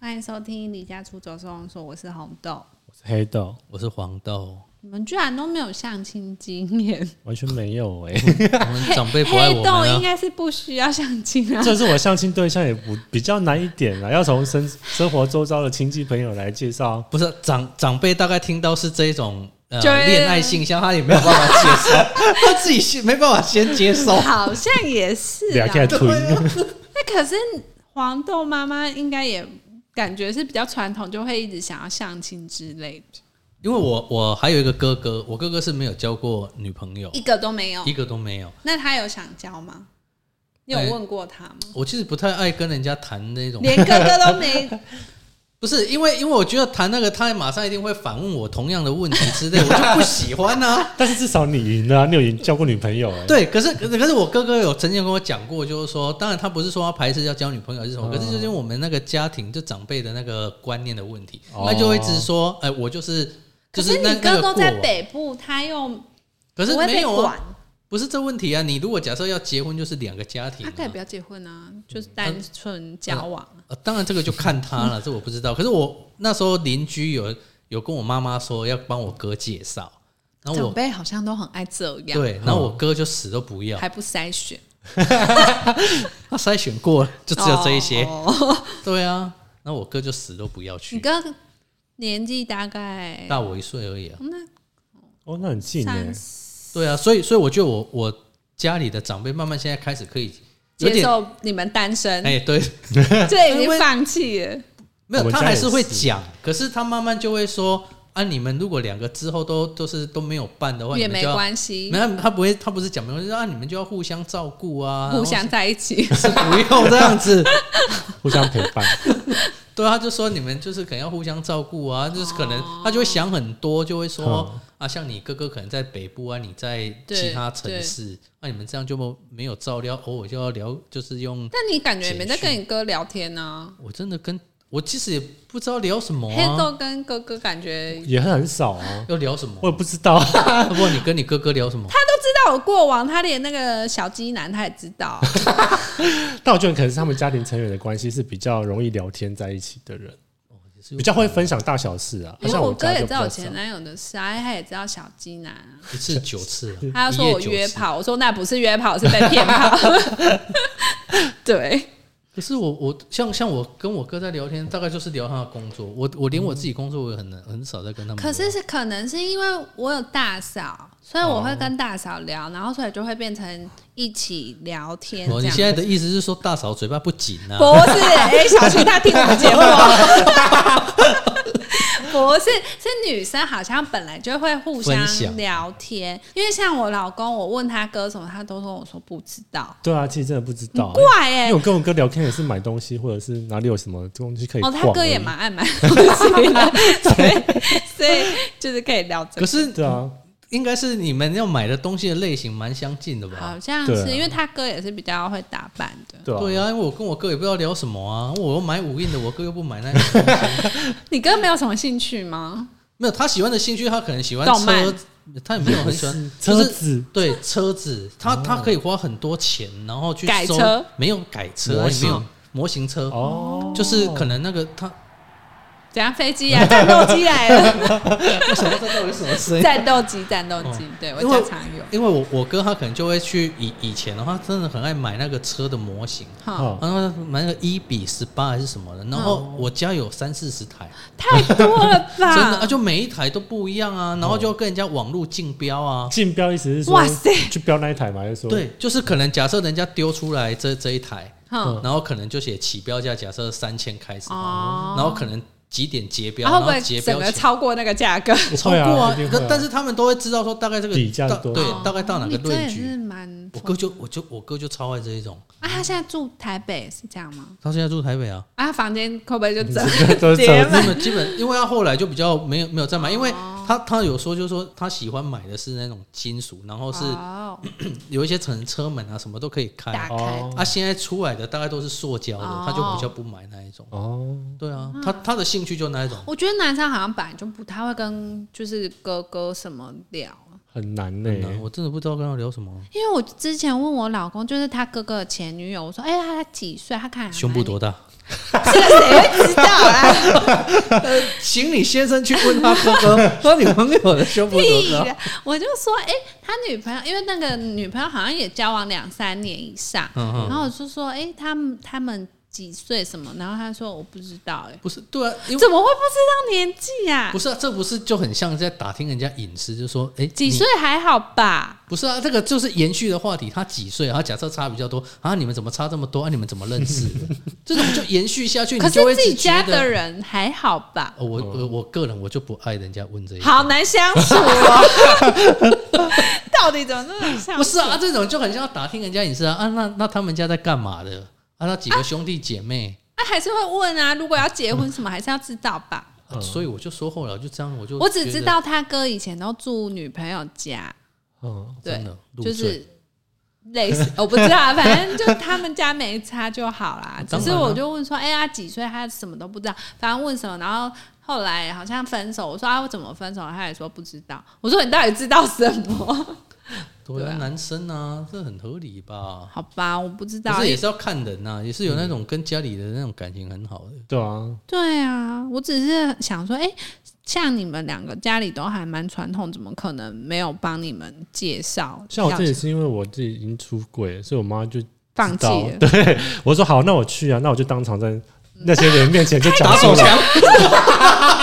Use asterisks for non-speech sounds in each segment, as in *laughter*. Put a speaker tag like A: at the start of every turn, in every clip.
A: 欢迎收听《离家出走收容所》，我是红豆。
B: 我是黑豆，
C: 我是黄豆，
A: 你们居然都没有相亲经
C: *laughs*
A: 验，
B: 完全没有哎、
C: 我们
A: *laughs*
C: 长辈不爱
A: 黑
C: 我
A: 豆应
C: 们啊。
A: 该是不需要相亲啊。
B: *laughs* 这是我相亲对象也不比较难一点啊啦，要从生生活周遭的亲戚朋友来介绍。
C: 不是长长辈大概听到是这种呃
A: 就会
C: 恋爱信箱，他也没有办法接受，他自己先没办法先接受。
A: *laughs* 好像也是
B: 俩
A: 啊
B: 开。推，
A: 那可是黄豆妈妈应该也感觉是比较传统，就会一直想要相亲之类的，
C: 因为我我还有一个哥哥，我哥哥是没有交过女朋友
A: 一，个都没有
C: 一。个都没有。
A: 那他有想交吗？你有
C: 哎
A: 问过他吗？
C: 我其实不太爱跟人家谈那种，
A: 连哥哥都没，
C: 不是因为因为我觉得谈那个他马上一定会反问我同样的问题之类，我就不喜欢啊。
B: *laughs* 但是至少你赢了啊、你有赢交过女朋友哎、
C: 对，可是可是可是我哥哥有曾经跟我讲过，就是说，当然他不是说他排斥要交女朋友还是什么，
B: 嗯
C: 可是就是因为我们那个家庭就长辈的那个观念的问题，
B: 哦
C: 他就会一直说，哎、我就是 *laughs*
A: 可
C: 就
A: 是
C: 那
A: 你
C: 那
A: 哥
C: 个过
A: 都在
C: 往，
A: 北部，他又
C: 可是
A: 不会
C: 没
A: 被
C: 有啊
A: 管，，
C: 不是这问题啊。你如果假设要结婚，就是两个家庭、
A: 他
C: 啊
A: 可以不要结婚啊，就是单纯交往。
C: 呃当然这个就看他
A: *laughs*
C: 了，这我不知道。可是我那时候邻居有有跟我妈妈说要帮我哥介绍，然后
A: 长
C: 我
A: 辈好像都很爱这样，
B: 嗯
C: 对，然后我哥就死都不
A: *laughs*
C: 要，
A: 还不筛选，
C: 他筛选过了就只有这一些，
A: 哦
C: *laughs*
A: 哦
C: 对啊。那我哥就死都不要去。
A: 你哥年纪大概
C: 大我一岁而已啊。
A: 那
B: 哦，那很近哎、
A: 三
C: 对啊，所以所以我觉得我我家里的长辈慢慢现在开始可以有
A: 接
C: 点
A: 受你们单身，
C: 哎、
B: *laughs*
C: 对，
A: 这已经放弃了。
C: 没有
B: 我
C: 他
B: 家
C: 还
B: 也
C: 是会
B: 是
C: 讲，可是他慢慢就会说啊，你们如果两个之后都都是都没有伴的话，
A: 也
C: 你们
A: 没
C: 就要。
A: 关
C: 没
A: 系，
C: 有，他不会，他不是讲没关系，啊，你们就要互相照顾啊，。
A: 互相在一起
C: *laughs* 是不用这样子。
B: 互相陪伴。 *laughs*
C: 对啊，他就说你们就是可能要互相照顾啊，就是可能
A: 哦
C: 他就会想很多，就会说
B: 嗯
C: 啊，像你哥哥可能在北部啊，你在
A: 对
C: 其他城市，啊那你们这样就没有照料，偶尔就要聊，就是用
A: 但你感觉你们在跟你哥聊天呢、
C: 我真的跟我其实也不知道聊什么
A: 黑
C: 啊，
A: 豆跟哥哥感觉
B: 也很少啊，
C: 要聊什么？
B: 我也不知道。 *laughs*
C: 不过你跟你哥哥聊什么？
A: 他都知道我过往，他连那个小鸡男他也知道。
B: 但我觉得可能是他们家庭成员的关系是比较容易聊天在一起的人，
C: 也是有
B: 比较会分享大小事啊。
A: 因为
B: 像
A: 我哥
B: 家
A: 也
B: 就
A: 知
B: 比
A: 道我
B: 较少
A: 前男友的事啊，他也知道小鸡男啊。
C: 一次九次
B: *laughs*
C: 了，
A: 他说我
C: 一夜九次
A: 约，炮，我说那不是约炮，是被骗炮。 *laughs* 对，
C: 可是我我像像我跟我哥在聊天，大概就是聊他的工作，我我连我自己工作我也很难很少在跟他们聊。哦
A: 可是是可能是因为我有大嫂，所以我
C: 哦
A: 会跟大嫂聊，然后所以就会变成一起聊天
C: 哦，
A: 这
C: 你
A: 样。
C: 现在的意思是说大嫂嘴巴不紧啊？
A: 不是，哎、小心他听我们节目哦。 *laughs* 不是，是女生好像本来就会互相
C: 分享
A: 聊天，因为像我老公，我问他哥什么，他都跟我说不知道，
B: 对啊，其实真的不知道、
A: 怪哎、
B: 因为我跟我哥聊天也是买东西，或者是哪里有什么东西可以
A: 哦，
B: 逛而已。
A: 他哥也蛮爱买东西的， *laughs* 所以所以就是可以聊这
C: 可
A: 个。
C: 是
B: 对啊，
C: 应该是你们要买的东西的类型蛮相近的吧？
A: 好像
B: 对啊
A: 是因为他哥也是比较会打扮的，
B: 对啊，
C: 对啊，因为我跟我哥也不知道聊什么啊，我又买五印的，我哥又不买那个，
A: 你哥没有什么兴趣吗？
C: 没有他喜欢的兴趣，他可能喜欢
A: 动漫
C: 车，他也没有很喜欢
B: 车。
C: 就是哦
B: 子
C: 对车子，他他可以花很多钱，然后去
A: 改
C: 收
A: 车，
C: 没有改车，
B: 模
C: 也没
B: 型
C: 有模型车，
B: 哦，
C: 就是可能那个他，
A: 怎样飞机啊，战斗机来 *laughs* 了，
C: 为什么这到底什么声音？
A: 战斗机，战斗机，对我
C: 因为
A: 家常有。
C: 因为我我哥他可能就会去以以前的话，真的很爱买那个车的模型，
A: 哈，
B: 哦
C: 然后买那个一比十八还是什么的，然后
A: 哦
C: 我家有三四十台，
A: 太多了吧？ *laughs* 哦
C: 真的啊，就每一台都不一样啊，然后就跟人家网络竞标啊。
B: 竞标意思是说，
A: 哇塞
B: 去标那一台嘛，还是说，
C: 对，就是可能假设人家丢出来这这一台，
A: 哈
C: 然后可能就写起标价，假设三千开始，
A: 哦，
C: 然后可能几点结
A: 然
C: 标，
A: 后会
C: 然
A: 不会
C: 后结
A: 整
C: 标
A: 个
C: 前
A: 超过那个价格？
C: 超
B: 会啊
C: 过啊
B: 一定，会
C: 那
B: 啊
C: 但是他们都会知道说大概这个
B: 底价
C: 到
B: 多
C: 对
A: 哦，
C: 大概到哪个
A: 你真
C: 论
A: 的是
C: 据。
A: 蛮
C: 我哥就我就我哥就超爱这一种，
A: 啊，他现在住台北是这样吗？
C: 他现在住台 *laughs* 北啊，
A: 啊，他房间会不
C: *laughs*
A: 会就整
B: 都是
A: 叠
B: 车
A: 满
B: 子？
C: 那么基本，因为他后来就比较没有没有再买，因为
A: 哦
C: 他他有说就是说他喜欢买的是那种金属，然后是
A: 哦
C: 有一些可能车门啊什么都可以开
A: 打
C: 啊，
A: 开
B: 哦
C: 啊现在出来的大概都是塑胶的，
A: 哦嗯
C: 他就比较不买那一种。
B: 哦，
C: 对啊，他他的兴趣就那一种，
A: 我觉得男生好像本来就不太会跟就是哥哥什么聊，
B: 很难呢、
C: 很难，我真的不知道跟他聊什么。
A: 因为我之前问我老公，就是他哥哥的前女友，我说：“哎、呀，他几岁？他看起来
C: 胸部多大？
A: 蛮厉害？这个 *laughs* 谁会知道
C: *laughs*
A: 啊？
C: 请你先生去问他哥哥，说你朋友的胸部
A: 屁啊
C: 多
A: 的
C: 大？！”
A: 我就说：“哎、他女朋友，因为那个女朋友好像也交往两三年以上，
C: 嗯
A: 然
C: 嗯，
A: 后我就说：‘哎、他们他们几岁什么？’然后他说：‘我不知道、哎，
C: 不是，对啊，因为
A: 怎么会不知道年纪呀、
C: 不是啊，这不是就很像在打听人家隐私，就说哎，
A: 几
C: 你
A: 岁还好吧？
C: 不是啊，这个就是延续的话题。他几岁？啊他假设差比较多啊，你们怎么差这么多？啊，你们怎么认识的？这种就延续下去，
A: 可
C: 你
A: 是
C: 就会
A: 自己家
C: 的
A: 的。人还好吧？
C: 哦我我我个人我就不爱人家问这一
A: 好
C: 种，
A: 难相处哦，到底怎么这么相处？
C: *laughs* 不是啊，这种就很像打听人家隐私啊啊，那那他们家在干嘛的？啊，他几个兄弟姐妹，
A: 啊，还是会问啊。如果要结婚什么，还是要知道吧。
C: 啊
B: 嗯
C: 所以我就说后来我就这样，我就
A: 我只
C: 觉
A: 知
C: 得
A: 道他哥以前都住女朋友家，
B: 嗯，
A: 对
C: 真的，入
A: 就
C: 赘
A: 是类 *laughs* 似，我不知道啊，反正就他们家没差就好啦。只
C: 当然
A: 是
C: 啊
A: 我就问说，哎、呀，他几岁？他什么都不知道，反正问什么，然后。后来好像分手，我说啊，我怎么分手？他也说不知道。我说你到底知道什 *laughs* 么？
C: 对
A: 对
C: 啊
A: 啊，
C: 男生啊，这很合理吧？
A: 好吧，我不知道
C: 可。是也是要看人呐、也是有那种跟家里的那种感情很好的。
B: 对啊，
A: 对啊，我只是想说，哎、像你们两个家里都还蛮传统，怎么可能没有帮你们介绍？
B: 像我
A: 要
B: 自己是因为我自己已经出轨，所以我妈就
A: 放弃
B: 到
A: 了，
B: 啊 *laughs* 对，我说好，那我去啊，那我就当场在那些人面前就讲出来，
C: *laughs* 枪，
A: 哦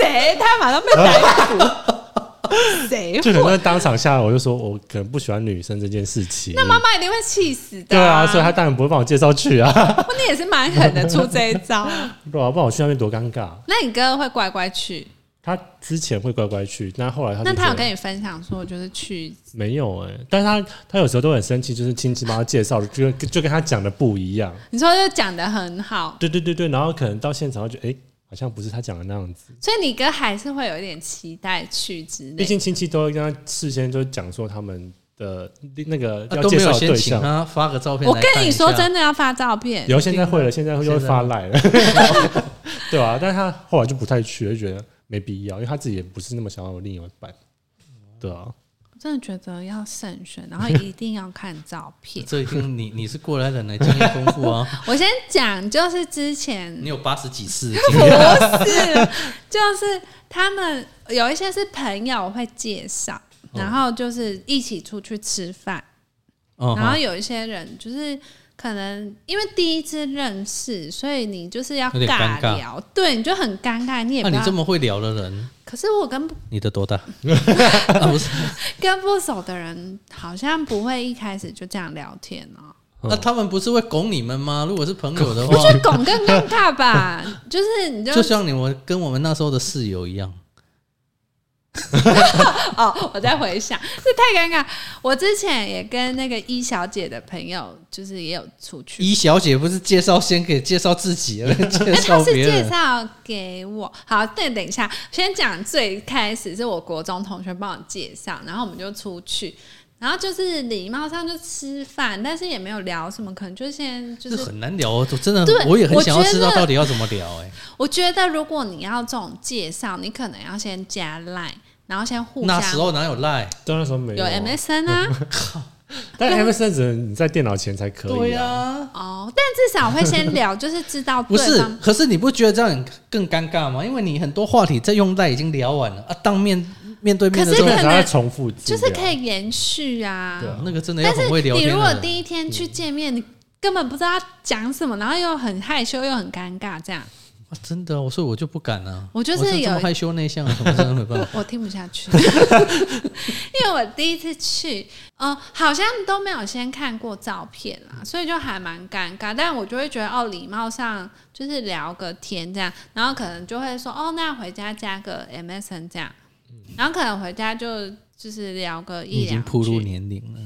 A: 谁他马上被逮
B: *laughs*
A: 捕？谁
B: 就
A: 会？
B: 可能在当场下来，我就说我可能不喜欢女生这件事情。
A: 那妈妈一定会气死的、
B: 对啊，所以她当然不会帮我介绍去啊， *laughs*
A: 不你也是蛮狠的，出这一招。
B: 对啊，不然我去那边多尴尬。
A: 那你哥会乖乖去？
B: 她之前会乖乖去，但后来她就
A: 那他有
B: 觉得
A: 跟你分享说，就是去
B: 没有哎、但是她她有时候都很生气，就是亲戚帮她介绍的， *laughs* 就跟就跟她讲的不一样。
A: 你说就讲的很好，
B: 对对对对，然后可能到现场就觉得哎、好像不是她讲的那样子。
A: 所以你哥还是会有一点期待去之
B: 毕
A: 类的。
B: 竟亲戚都会跟她事先就讲说他们的那个
C: 啊
B: 要
C: 都
B: 介
C: 没
B: 绍
C: 有
B: 的对
C: 先请
B: 象。
C: 他发个照片。
A: 我跟你说，，真的要发照片。
B: 有现在会了，现在会又会
C: 现在
B: 发赖了，对啊，但是他后来就不太去了，就觉得没必要，因为他自己也不是那么想要有另一半，对啊，
A: 我真的觉得要慎选，
C: *laughs*
A: 然后一定要看照片。 *laughs*
C: 这一定你你是过来人来经验丰富啊，
A: 我先讲，就是之前
C: 你有八十几次的
A: 不 *laughs*
C: 经验，
A: 是，就是他们有一些是朋友会介绍，然后就是一起出去吃饭，
C: 哦
A: 然后有一些人就是。可能因为第一次认识，所以你就是要
C: 有点
A: 尬
C: 尴尬
A: 聊，对，你就很尴尬，你也
C: 那
A: 不知
C: 你
A: 道。
C: 这么会聊的人，
A: 可是我跟
C: 你的
A: *laughs*
C: 多大？ *laughs* 啊不是，
A: 跟不熟的人，好像不会一开始就这样聊天哦、
C: *laughs* 那他们不是会拱你们吗？如果是朋友
A: *laughs*
C: 的
A: 我
C: 话
A: 觉，得拱更尴尬吧，就是你就
C: 就像你们跟我们那时候的室友一样，
A: *laughs* 哦，我在回想，这太尴尬。我之前也跟那个一小姐的朋友，就是也有出去，
C: 一小姐不是介绍先给介绍自
A: *laughs*
C: 己，了，介
A: 那她
C: 绍
A: 哎是
C: 别
A: 介
C: 人，
A: 绍给我。好，那等一下，先讲最开始是我国中同学帮我介绍，然后我们就出去。然后就是礼貌上就吃饭，但是也没有聊什么，可能就先就
C: 这
A: 是
C: 很难聊哦，真的
A: 对，
C: 我也很
A: 我
C: 想要
A: 觉
C: 知道
A: 得
C: 到底要怎么聊哎。
A: 我觉得如果你要这种介绍，你可能要先加 line，然后先互
C: 那
A: 相
C: 时候哪有赖？
B: 对那时候没
A: 有
B: 有，
A: MSN 啊，
B: 但 MSN 只能你在电脑前才可以啊，
C: 呀，
A: 哦，但至少会先聊，就是知道
C: 不
A: 对
C: 是
A: 方。，
C: 可是你不觉得这样更尴尬吗？因为你很多话题在用赖已经聊完了啊，当面面对啊面的时
A: 可是，
C: 候
B: 然后再重复资
A: 就
B: 料，
A: 是可以延续啊。
B: 对啊
C: 那个真的要
A: 但是
C: 很会聊
A: 你
C: 天啊嗯
A: 如果
C: 的人。
A: 第一天去见面，你根本不知道讲什么，然后又很害羞又很尴尬，
C: *laughs*
A: 这样
C: 啊真的，我说我就不敢啊，
A: 我就是
C: 这
A: 有
C: 么害羞内向，我真的没办法。
A: 我听不下
C: *laughs*
A: 去。因为我第一次去，嗯、好像都没有先看过照片啦，所以就还蛮尴尬。但我就会觉得哦，礼貌上就是聊个天这样，然后可能就会说哦，那回家加个 MSN 这样，然后可能回家就就是聊个
C: 嗯
A: *laughs*
C: 你
A: 一
C: 已经
A: 两
C: 步入
A: 句。
C: 年龄了，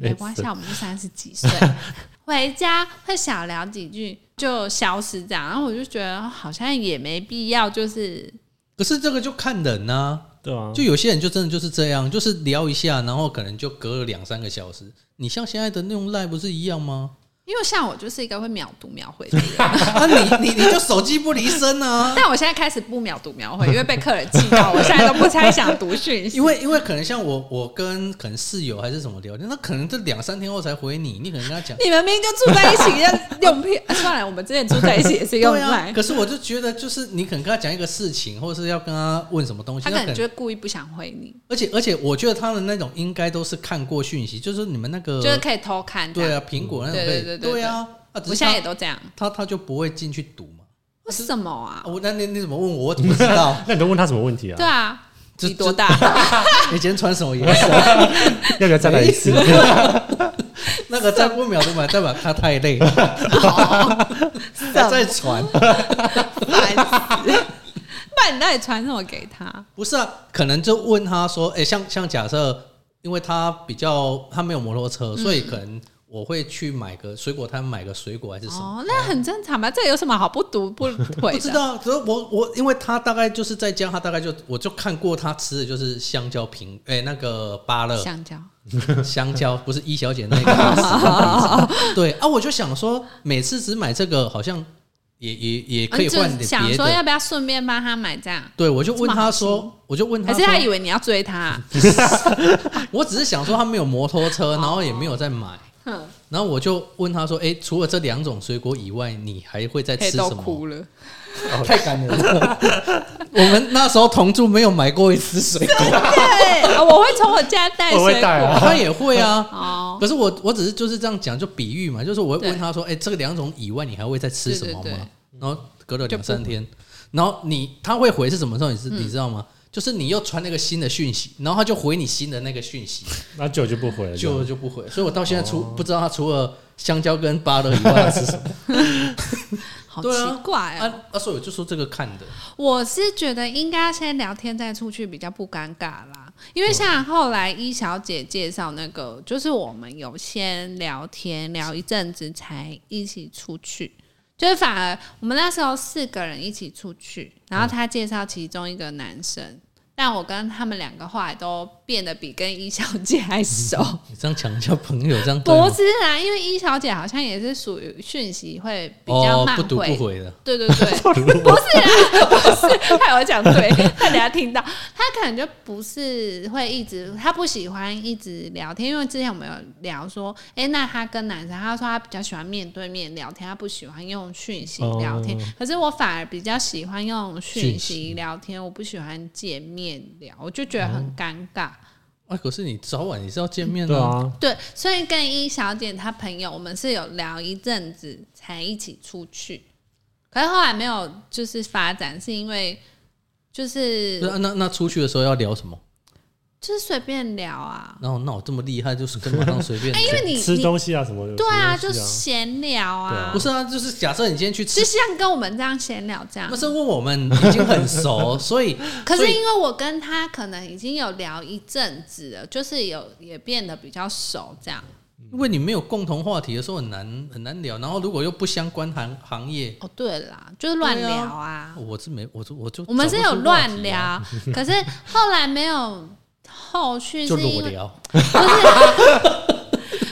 A: 没关系，我们是三十几岁， *laughs* 回家会少聊几句就消失这样，然后我就觉得好像也没必要，就是
C: 可是这个就看人啊，
B: 对啊，
C: 就有些人就真的就是这样，就是聊一下，然后可能就隔了两三个小时。你像现在的那种赖不是一样吗？ *laughs*
A: 因为像我就是一个会秒读秒回的人，
C: 啊，你你你就手机不离身啊，
A: 但我现在开始不秒读秒回，因为被客人气到，我现在都不太想读讯息
C: *laughs* 因。为因为可能像我我跟可能室友还是什么聊天，那可能这两三天后才回你，你可能跟他讲。
A: 你们明明就住在一起，要用屁、啊算了，我们之前住在一起也是用
C: 对啊
A: 赖，，
C: 可是我就觉得，就是你可能跟他讲一个事情，或者是要跟他问什么东西，
A: 他
C: 那
A: 可能就会故意不想回你，
C: 而且而且，我觉得他们那种应该都是看过讯息，就是你们那个，
A: 就是可以偷看。
C: 呃对，啊，苹果那种可
A: 对
C: 以，
A: 对对对
C: 啊，啊，只
A: 我
C: 是
A: 现在也
C: 他
A: 都这样。
C: 他他就不会进去读嘛。
A: 为什么啊
C: 啊？我那你你怎么问我，我怎么知
A: *laughs*
C: 道？
B: 那你都问他什么问题啊
A: 对？啊，
C: 这
A: 你多大？
C: 你今天穿什么啊颜色？
B: 要不要再来一次？
C: *laughs* 那个再不秒读嘛，代表他太
A: *laughs*
C: 累，了，还在传。
A: 烦死！ *laughs* 不然你到底传什么给他？
C: 不是啊，可能就问他说，哎、像像假设，因为他比较他没有摩托车，所以
A: 嗯
C: 可能我会去买个水果摊买个水果还是什么。
A: 哦，那很正常吧？这有什么好不读不回
C: 不知
A: 的？
C: 道，可是我我因为他大概就是在家，他大概就我就看过他吃的就是香蕉苹，哎、那个芭乐
A: 香蕉，
C: 香蕉，不是一小姐那个。
A: *laughs*
C: 对啊，我就想说，每次只买这个好像也也也可以
A: 哦你啊就
C: 换点
A: 想
C: 别
A: 说要
C: 的。
A: 不要顺便帮他买这样？
C: 对，我就问他
A: 这么
C: 说，我就问他
A: 还
C: 说，
A: 是他以为你要追
C: *laughs*
A: 他？
C: 我只是想说他没有摩托车，然后也没有在买，
A: *laughs* 哼，
C: 然后我就问他说：“哎、除了这两种水果以外，你还会再吃
A: 黑
C: 什
A: 豆
C: 么
A: 哎哭了。？”
C: 太感人了。我们那时候同住没有买过一次水
A: *laughs*
C: 果，
A: 对，哦我会从我家带
C: *laughs*
B: 我
A: 水
B: 会带
A: 果。
B: 啊，
C: 他也会啊。
A: 哦，
C: 可是我我只是就是这样讲，就比喻嘛，就是我会
A: 对
C: 问他说：“哎、这两种以外，你还会再吃什么吗？”
A: 对对对
C: 然后隔了
A: 就
C: 两
A: 不
C: 三天，然后你他会回是什么时候？你知、你知道
A: 嗯
C: 吗？就是你又传那个新的讯息，然后他就回你新的那个讯息，
B: *laughs* 那酒就不回了。
C: 就
B: 就
C: 就不回，所以我到现在除、不知道他除了香蕉跟芭乐以外他
A: *laughs*
C: 吃什么
A: 好
C: 对啊
A: 奇怪哦。
C: 啊啊！所以我就说这个看的，
A: 我是觉得应该先聊天再出去比较不尴尬啦，因为像后来一小姐介绍那个，就是我们有先聊天聊一阵子才一起出去，就是反而我们那时候四个人一起出去，然后她介绍其中一个男生。但我跟他们两个后来都变得比跟一小姐还熟，
C: 你这样抢人家朋友这样 *laughs* 对
A: 不
C: 吗
A: 是啦，因为一小姐好像也是属于讯息会比较
C: 哦
A: 慢，
C: 不读
A: 回
C: 不回的，
A: 对对
B: *laughs*
A: 对，不是啦，不是，害我讲对，他等下听到，他可能就不是会一直，他不喜欢一直聊天，因为之前我们有聊说，哎、那他跟男生，他说他比较喜欢面对面聊天，他不喜欢用讯息聊天，
B: 哦
A: 可是我反而比较喜欢用讯
B: 讯
A: 息聊天，我不喜欢见面聊，我就觉得
B: 哦
A: 很尴尬。
C: 啊，可是你早晚也是要见面
B: 对
C: 的、
B: 啊，
A: 对，所以跟一小姐她朋友，我们是有聊一阵子才一起出去，可是后来没有就是发展，是因为就
C: 对啊，
A: 是
C: 那那出去的时候要聊什么？
A: 就是随便聊啊，
C: 然后那我这么厉害，就是跟马上随便聊。
A: 哎因为你
B: 吃
A: 你
B: 东西啊什么的。
A: 对啊，
B: 什
A: 就
B: 么东西啊
A: 闲聊
B: 对
A: 啊
B: 啊
C: 不，是啊，就是假设你今天去吃
A: 就，像跟我们这样闲聊这样
C: 不。是问我们已经
A: *laughs*
C: 很熟，所以
A: 可
C: 所
A: 是
C: 以
A: 因为我跟他可能已经有聊一阵子了，就是有也变得比较熟这样。
C: 因为你没有共同话题的时候很难很难聊，然后如果又不相关行行业，
A: 哦，对啦，就是乱
C: 对
A: 聊
C: 啊
A: 啊
C: 我是没我就我就
A: 我们
C: 找
A: 是
C: 不
A: 有
C: 出话
A: 乱
C: 题啊，
A: 聊，可是后来没有后续，
C: 就是
A: 因
C: 裸
A: 为
C: 聊。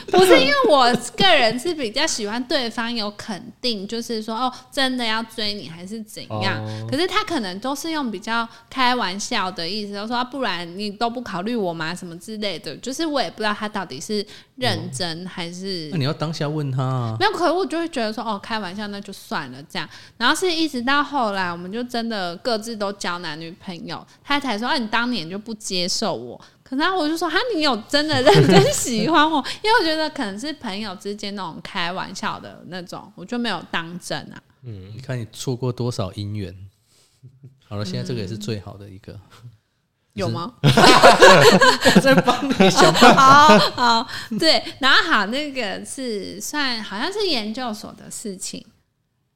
A: 不是因为我个人是比较喜欢对方有肯定，就是说哦，真的要追你还是怎样？
B: 哦
A: 可是他可能都是用比较开玩笑的意思，就说、啊、不然你都不考虑我吗？什么之类的，就是我也不知道他到底是认真还是
C: 嗯那你要当下问他啊。
A: 没有，可是我就会觉得说，哦，开玩笑那就算了这样。然后是一直到后来，我们就真的各自都交男女朋友，他才说，啊，你当年就不接受我。可是我就说，哈，你有真的认真喜欢我？因为我觉得可能是朋友之间那种开玩笑的那种，我就没有当真啊。
C: 你看你错过多少姻缘？好了，现在这个也是最好的一个，
A: 有吗？
C: 在帮
A: *laughs*
C: 你想
A: 好好，对，然后好，那个是算好像是研究所的事情，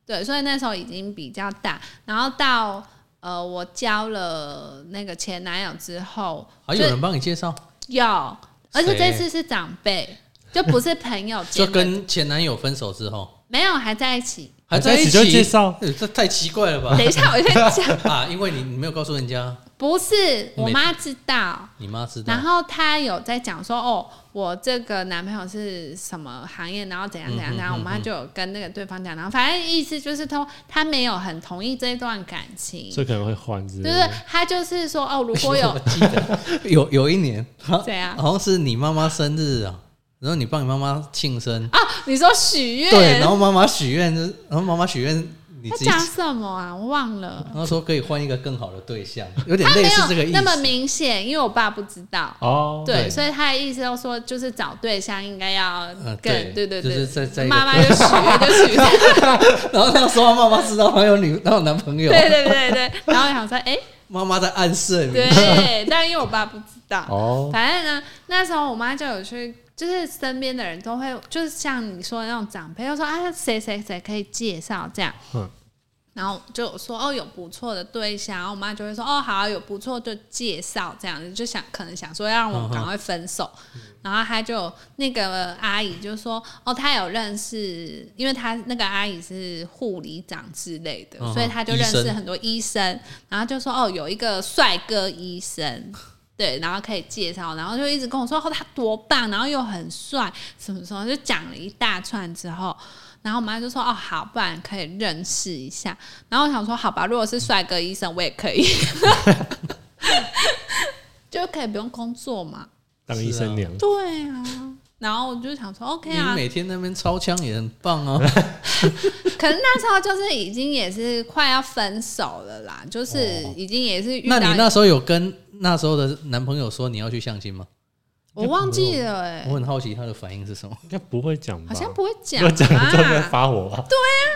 A: 对，所以那时候已经比较大，然后到呃，我交了那个前男友之后，
C: 还有
A: 就
C: 人帮你介绍，
A: 有，而且这
C: 谁
A: 次是长辈，就不是朋友间
C: 就
A: 的，
C: 跟前男友分手之后
A: 没有还在一起。
C: 还
B: 在一起
C: 一起
B: 就介绍
C: 呃这太奇怪了吧？ *laughs*
A: 等一下，我先讲，
C: 啊，因为你你没有告诉人家，
A: 不是，
C: 你
A: 我
C: 没
A: 妈知道。
C: 你妈知道
A: 然，后她有在讲说，哦，我这个男朋友是什么行业，然后怎样怎样怎样。
C: 嗯哼嗯哼
A: 我妈就有跟那个对方讲，然后反正意思就是她她没有很同意这段感情，
B: 所以可能会换之
A: 就
B: 类
A: 是
B: 的。
A: 她就是说，哦，如果有
C: 记得 *laughs* 有有
A: *laughs*
C: 一年，好
A: 怎样
C: 好像是你妈妈生日啊，然后你帮你妈妈庆生，
A: *laughs* 啊，你说许愿，
C: 对，然后妈妈许愿，就是然后妈妈许愿，你
A: 她
C: 自己
A: 讲什么啊？我忘了。
C: 然后说可以换一个更好的
A: *laughs*
C: 对象，有点
A: 她没
C: 类似这个
A: 有
C: 意
A: 那么
C: 思。
A: 明显，因为我爸不知道。
B: 哦，
A: 对，
C: 对
A: 所以他的意思都说，就是找对象应该要
C: 呃
A: 更、
C: 对
A: 对对
C: 就
A: 对，
C: 是在在一个
A: 妈妈就许愿就许愿，
C: *laughs* *laughs* 然后那个时候妈妈知道她有女，她有男朋友，
A: 对对对对，然后我想说，哎、
C: 妈妈在暗示
B: *laughs*
C: 你。
A: 对，但因为我爸不知道，
B: 哦，
A: 反正呢，那时候我妈就有去，就是身边的人都会，就是像你说的那种长辈，就说啊，谁谁谁可以介绍这样。
B: 嗯
A: 然后就有说哦，有不错的对象，然后我妈就会说哦，好啊、有不错就介绍这样子，就想可能想说要让
B: 嗯
A: 我赶快分手，然后她就那个阿姨就说哦，她有认识，因为她那个阿姨是护理长之类的，
C: 嗯哼
A: 所以她就
C: 医
A: 认
C: 生
A: 识很多医生，然后就说哦，有一个帅哥医生，对，然后可以介绍，然后就一直跟我说哦，他多棒，然后又很帅，什么什么，就讲了一大串之后，然后我妈就说哦，好，不然可以认识一下。然后我想说，好吧，如果是帅哥医生，我也可以， *laughs* 就可以不用工作嘛。
B: 当医生娘，
A: 对啊。然后我就想说，OK
C: 你
A: 啊，
C: 每天那边抄枪也很棒啊，
A: 可是那时候就是已经也是快要分手了啦，就是已经也是遇
C: 哦那
A: 到，
C: 你那时候有跟那时候的男朋友说你要去相亲吗？
A: 我忘记了哎、
C: 我很好奇他的反应是
A: *laughs*
C: 什么。
B: 应该不会讲
A: 好
B: 吧？
A: 像不会讲啊
B: 如果讲了之后就会
A: 吧？
B: 发火吧？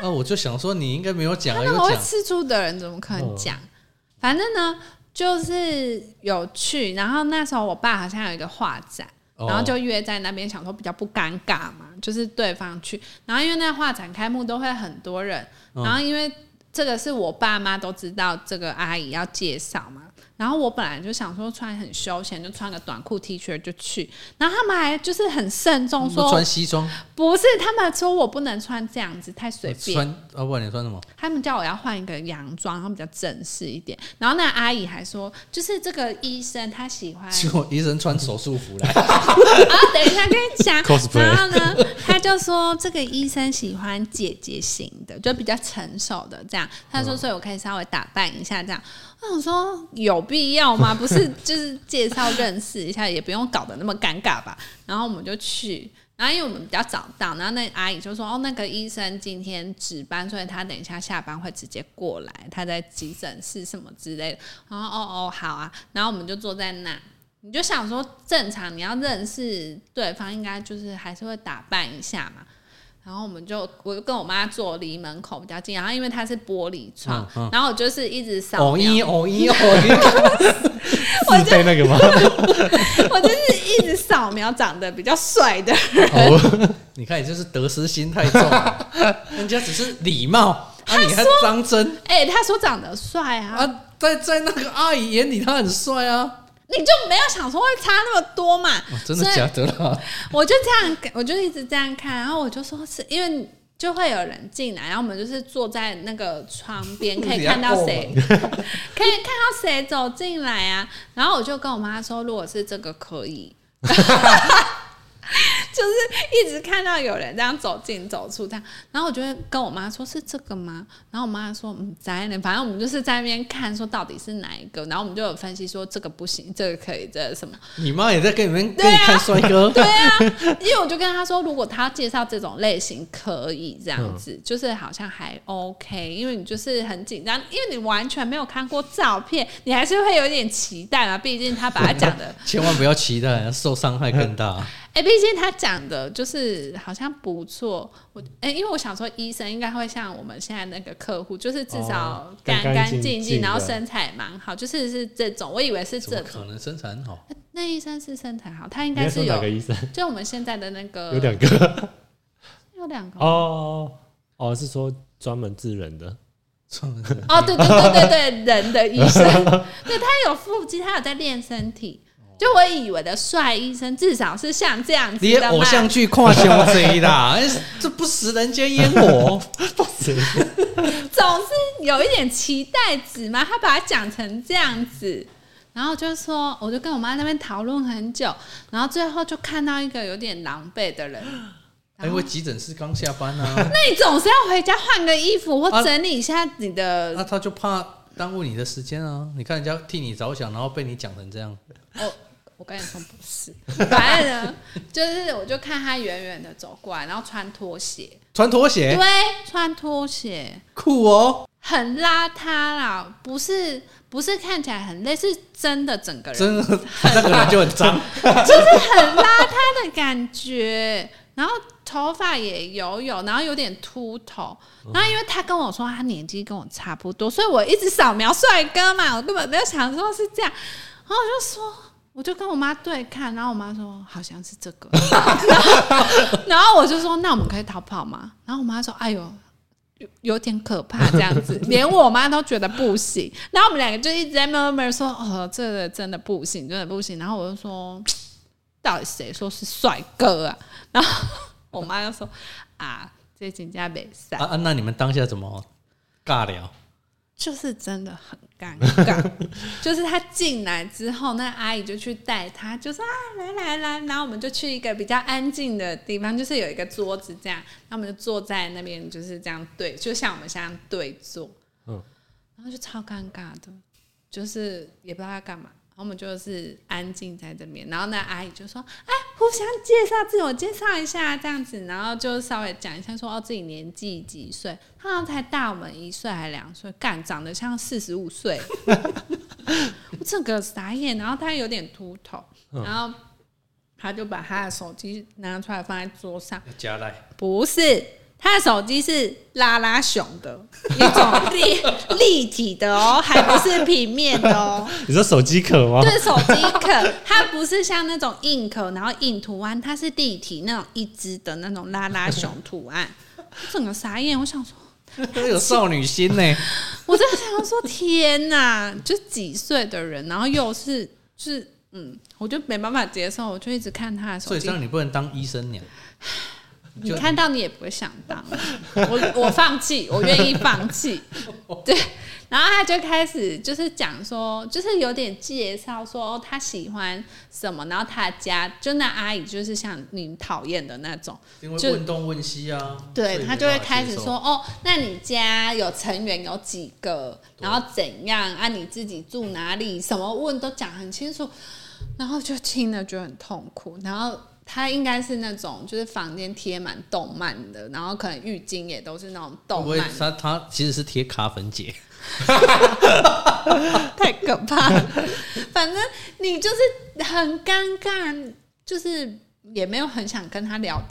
C: 啊，我就想说你应该没有讲
A: 他
C: 啊，
A: 那么
C: 有
A: 会
C: 讲。嗯
A: 吃醋的人怎么可能讲？反正呢，就是有去，然后那时候我爸好像有一个画展，
C: 哦
A: 然后就约在那边，想说比较不尴尬嘛，就是对方去。然后因为那画展开幕都会很多人，
C: 嗯
A: 然后因为这个是我爸妈都知道这个阿姨要介绍嘛，然后我本来就想说穿很休闲，就穿个短裤 T 恤就去，然后他们还就是很慎重
C: 不哦
A: 说，
C: 穿西装，
A: 不是他们说我不能穿这样子，太随便。
C: 穿啊，不然你穿什么？
A: 他们叫我要换一个洋装，然后比较正式一点。然后那阿姨还说，就是这个医生他喜欢，
C: 结果医生穿手术服
A: *laughs*
C: 来，
A: 啊，等一下跟你讲
B: Cosplay。
A: 然后呢，他就说这个医生喜欢姐姐型的，就比较成熟的这样。他说，所以我可以稍微打扮一下这样。我想说有必要吗？不是，就是介绍认识一下，也不用搞得那么尴尬吧。然后我们就去。然后因为我们比较早到，然后那阿姨就说：“哦，那个医生今天值班，所以他等一下下班会直接过来，他在急诊室什么之类的。”然后哦哦好啊，然后我们就坐在那，你就想说正常你要认识对方，应该就是还是会打扮一下嘛。然后我们就我就跟我妈坐离门口比较近，然后因为它是玻璃窗，
C: 嗯嗯
A: 然后我就是一直扫
C: 哦
A: 描，
C: 一哦一哦一，
B: 自备那个吗？
A: *laughs* 我就是一直扫描长得比较帅
C: *laughs*
A: 的 *laughs*
B: 哦，
C: 你看你就是得失心太重了，人家只是礼貌，啊，你还当真
A: 哎、他说长得帅啊，
C: 啊？在在那个阿姨眼里他很帅啊，
A: 你就没有想说会差那么多嘛？
C: 哦真的
A: 所以
C: 假的
A: *laughs*
C: 啦？
A: 我就这样，我就一直这样看，然后我就说是因为就会有人进来，然后我们就是坐在那个窗边，可以看到谁， *laughs* 可以看到谁走进来啊。然后我就跟我妈说，如果是这个可以。 *laughs* 就是一直看到有人这样走进走出这样，然后我就会跟我妈说：“是这个吗？”然后我妈说：“嗯，在呢，反正我们就是在那边看，说到底是哪一个。”然后我们就有分析说：“这个不行，这个可以，这个什么。”
C: 你妈也在跟你们跟你看帅哥，
A: 啊对啊，因为我就跟他说，如果他介绍这种类型可以这样
B: 嗯
A: 子，就是好像还 OK，因为你就是很紧张，因为你完全没有看过照片，你还是会有点期待嘛。毕竟他把他讲
B: *laughs*
A: 的，
C: 千万不要期待受伤害更大。啊
A: 哎、毕竟他讲的就是好像不错。我哎、因为我想说，医生应该会像我们现在那个客户，就是至少
B: 哦
A: 干
B: 干干
A: 干
B: 净
A: 净
B: 净
A: 净，
B: 的
A: 然后身材蛮好，就是是这种。我以为是
C: 怎
A: 这
C: 么
A: 种，
C: 可能身材很好？
A: 那医生是身材好，他应
B: 你
A: 该
B: 在
A: 是
B: 说哪
A: 有，呃
B: 个医生？
A: 就我们现在的那个
B: 有两个
A: 有两个吗
B: 哦哦，是说专门治人的 *laughs*
A: 哦，对对对对对， *laughs* 人的医
C: *laughs*
A: 生，对他有腹肌，他有在练身体。就我以为的帅医生，至少是像这样子
C: 你
A: 的
C: 的
A: 嘛
C: 偶像剧跨胸贼啦，哎这不食人间
A: *laughs*
C: 烟火。
A: 总是有一点期待值嘛。他把它讲成这样子，然后就是说，我就跟我妈那边讨论很久，然后最后就看到一个有点狼狈的人。
C: 哎，因为急诊室刚下班啊，
A: 那你总是要回家换个衣服
C: 啊
A: 或整理一下你的。
C: 那他就怕耽误你的时间啊。你看人家替你着想，然后被你讲成这样，
A: 我我跟你说不是，反正呢，就是我就看他远远的走过来，然后穿拖鞋，
C: 穿拖鞋
A: 对，穿拖鞋
C: 酷哦，
A: 很邋遢啦，不是不是看起来很累，是真的整个人 *laughs*
C: 真的那个人就很脏。
A: 就是很邋遢的感觉，然后头发也油油，然后有点秃头。然后因为他跟我说他年纪跟我差不多，所以我一直扫描帅哥嘛，我根本没有想说是这样。然后我就说，我就跟我妈对看，然后我妈说好像是这个，然后然后我就说那我们可以逃跑吗？然后我妈说哎呦。有有点可怕，这样子，连我妈都觉得不行。然后我们两个就一直在 murmur 说：“哦，这个真的不行，真的不行。”然后我就说：“到底谁说是帅哥啊？然后我妈就说啊，这请假没赛
C: 啊，啊，那你们当下怎么尬聊？
A: 就是真的很尴尬。 *laughs* 就是他进来之后，那阿姨就去带他，就说啊，来来来，然后我们就去一个比较安静的地方，就是有一个桌子这样，然后我们就坐在那边，就是这样对，就像我们现在对坐，
B: 嗯
A: 然后就超尴尬的，就是也不知道他干嘛。然后我们就是安静在这边，然后那阿姨就说：“哎，互相介绍，自我介绍一下这样子。”然后就稍微讲一下说：“哦，自己年纪几岁？”他好像才大我们一岁还两岁，干长得像四十五岁。 *laughs* 我整个傻眼，然后他有点秃头，然后他就把他的手机拿出来放在桌上，
C: 加赖
A: 不是他的手机是拉拉熊的一种立立 *laughs* 体的哦，还不是平面的哦，
B: 你说手机壳吗
A: 就？是手机壳，它不是像那种硬壳，然后印图案，它是立体那种一只的那种拉拉熊图案， *laughs* 我整个傻眼，我想说。
C: *laughs* 有少女心
A: *laughs*
C: 呢，
A: 我在想说，天哪，就几岁的人，然后又是就是嗯，我就没办法接受，我就一直看他的手
C: 所以这
A: 机。
C: 样你不能当医生娘。
A: 你看到你也不会想当，我我放弃，我愿意放弃。对，然后他就开始就是讲说，就是有点介绍说、哦他喜欢什么，然后他的家就那阿姨就是像你讨厌的那种，
C: 因为
A: 就
C: 问东问西啊，所
A: 对
C: 以
A: 他
C: 没
A: 就会
C: 办法
A: 开
C: 接
A: 始
C: 受
A: 说，哦，那你家有成员有几个，然后怎样啊？你自己住哪里？什么问都讲很清楚，然后就听了就很痛苦。然后他应该是那种就是房间贴满动漫的，然后可能浴巾也都是哦那种
C: 会
A: 动
C: 不会
A: 漫的，
C: 他他其实是啊贴卡粉姐，
A: 太可怕了。 *laughs* 反正你就是很尴尬，就是也没有很想跟他聊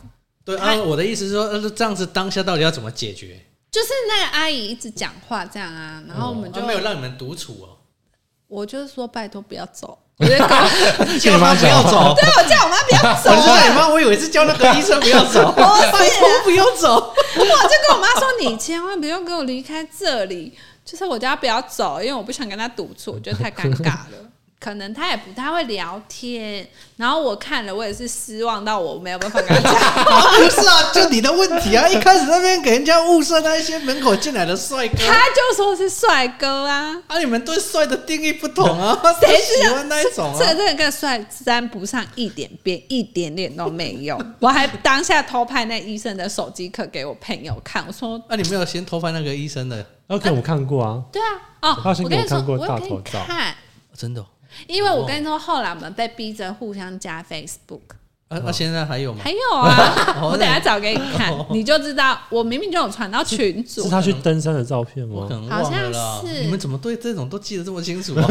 C: 对
A: 他
C: 啊，我的意思是说，呃这样子当下到底要怎么解决？
A: 就是那个阿姨一直讲话这样啊，然后我们就、
C: 啊没有让你们独处哦，
A: 我就是说拜托不要走， *laughs* 我就搞
B: 叫你妈
C: 不要
B: 走
C: 走，
A: 对，我叫我妈不要走哦
C: 我知 *laughs* 道你
A: 啊。
C: 妈，我以为是叫那个医生不
A: *laughs*
C: 要走，拜托不要走。
A: 我就跟我妈说，你千万不要给我离开这里，就是我叫她不要走，因为我不想跟她独处，我觉得太尴尬了。
C: *laughs*
A: 可能她也不太会聊天，然后我看了，我也是失望到我没有办法跟她讲话。
C: 不是啊，就你的问题啊！一开始那边给人家物色那一些门口进来的帅哥，
A: 她就说是帅哥啊，
C: 啊，你们对帅的定义不同啊，
A: 谁
C: 喜
A: 知道
C: 欢那一种
A: 这
C: 啊？
A: 这个帅沾不上一点边，一点点都没有。我还当下偷拍那医生的手机壳给我朋友看，我说
C: 啊那、你没有先偷拍那个医生的，
B: OK，我看过啊，
A: 对啊，哦，
B: 他先
A: 我
B: 给
A: 跟
B: 我
A: 你说，
B: 看过
A: 我
B: 大
A: 有给
B: 头
A: 你
B: 照
A: 看，
C: 真的哦、
A: 因为我跟你说，后来我们被逼着互相加 Facebook，
C: 啊，那、现在还
B: 嗯
C: 有吗？
A: 还有
B: *laughs*
A: 啊，
C: 哦
A: 我等下找给你看
C: 哦，
A: 你就知道，我明明就有传到群
B: 是
A: 组，
B: 他去登山的照片
C: 我
B: 吗
C: 可？能忘了啦
A: 好像是
C: 你们怎么对这种都记得这么清楚、啊？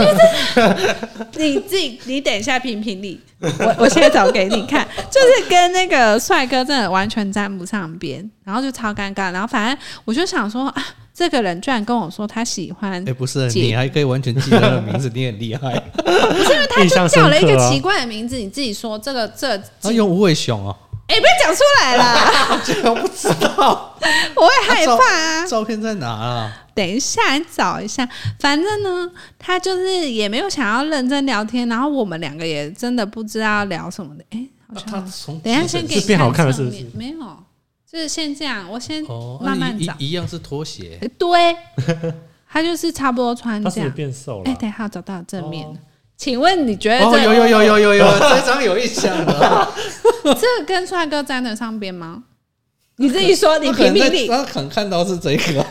A: 你自己你等一下评评理，我我现在找给你看， *laughs* 就是跟那个帅哥真的完全沾不上边，然后就超尴尬，然后反正我就想说啊，这个人居然跟我说他喜欢
C: *laughs* 哎、，不是，
A: 姐
C: 你还可以完全记得他的名字，你很
A: *laughs*
C: 厉害。
A: 他
B: 印
A: 就
B: 象
A: 叫了一
B: 深
A: 个
B: 刻啊
A: 奇怪的名字，你自己说这个这个，
C: 他用无尾熊哦，
A: 哎，不要讲出来
B: *laughs*
A: 啦，
C: 我竟然不知道，
A: 我会害怕啊。
C: 照片在哪啊？
A: 等一下，你找一下。反正呢，他就是也没有想要认真聊天，然后我们两个也真的不知道聊什么的。哎、好
C: 啊
A: 像、
C: 他从
A: 等一下
C: 急诊
A: 先
C: 室
A: 给你
B: 是变好看了
A: 上面
B: 是不是
A: 没有，就是先这样，我先
C: 哦，啊
A: 慢慢
C: 一
A: 找。
C: 一一样是拖鞋，
A: *laughs* 哎对，他就是差不多穿
B: 他是
A: 这
B: 不是
A: 样。
B: 变瘦
A: 哎、
B: 了？啊
A: 等一下找到正面了。请问你觉得
C: 哦，
A: 这、
C: 有有有有有有，这张有印象了。
A: 这跟帅哥沾得上边
C: *laughs*
A: 吗？你自己说，你
C: 他可
A: 评
C: 能
A: 评
C: 在
A: 理，
C: *laughs* 他可能看到是这个，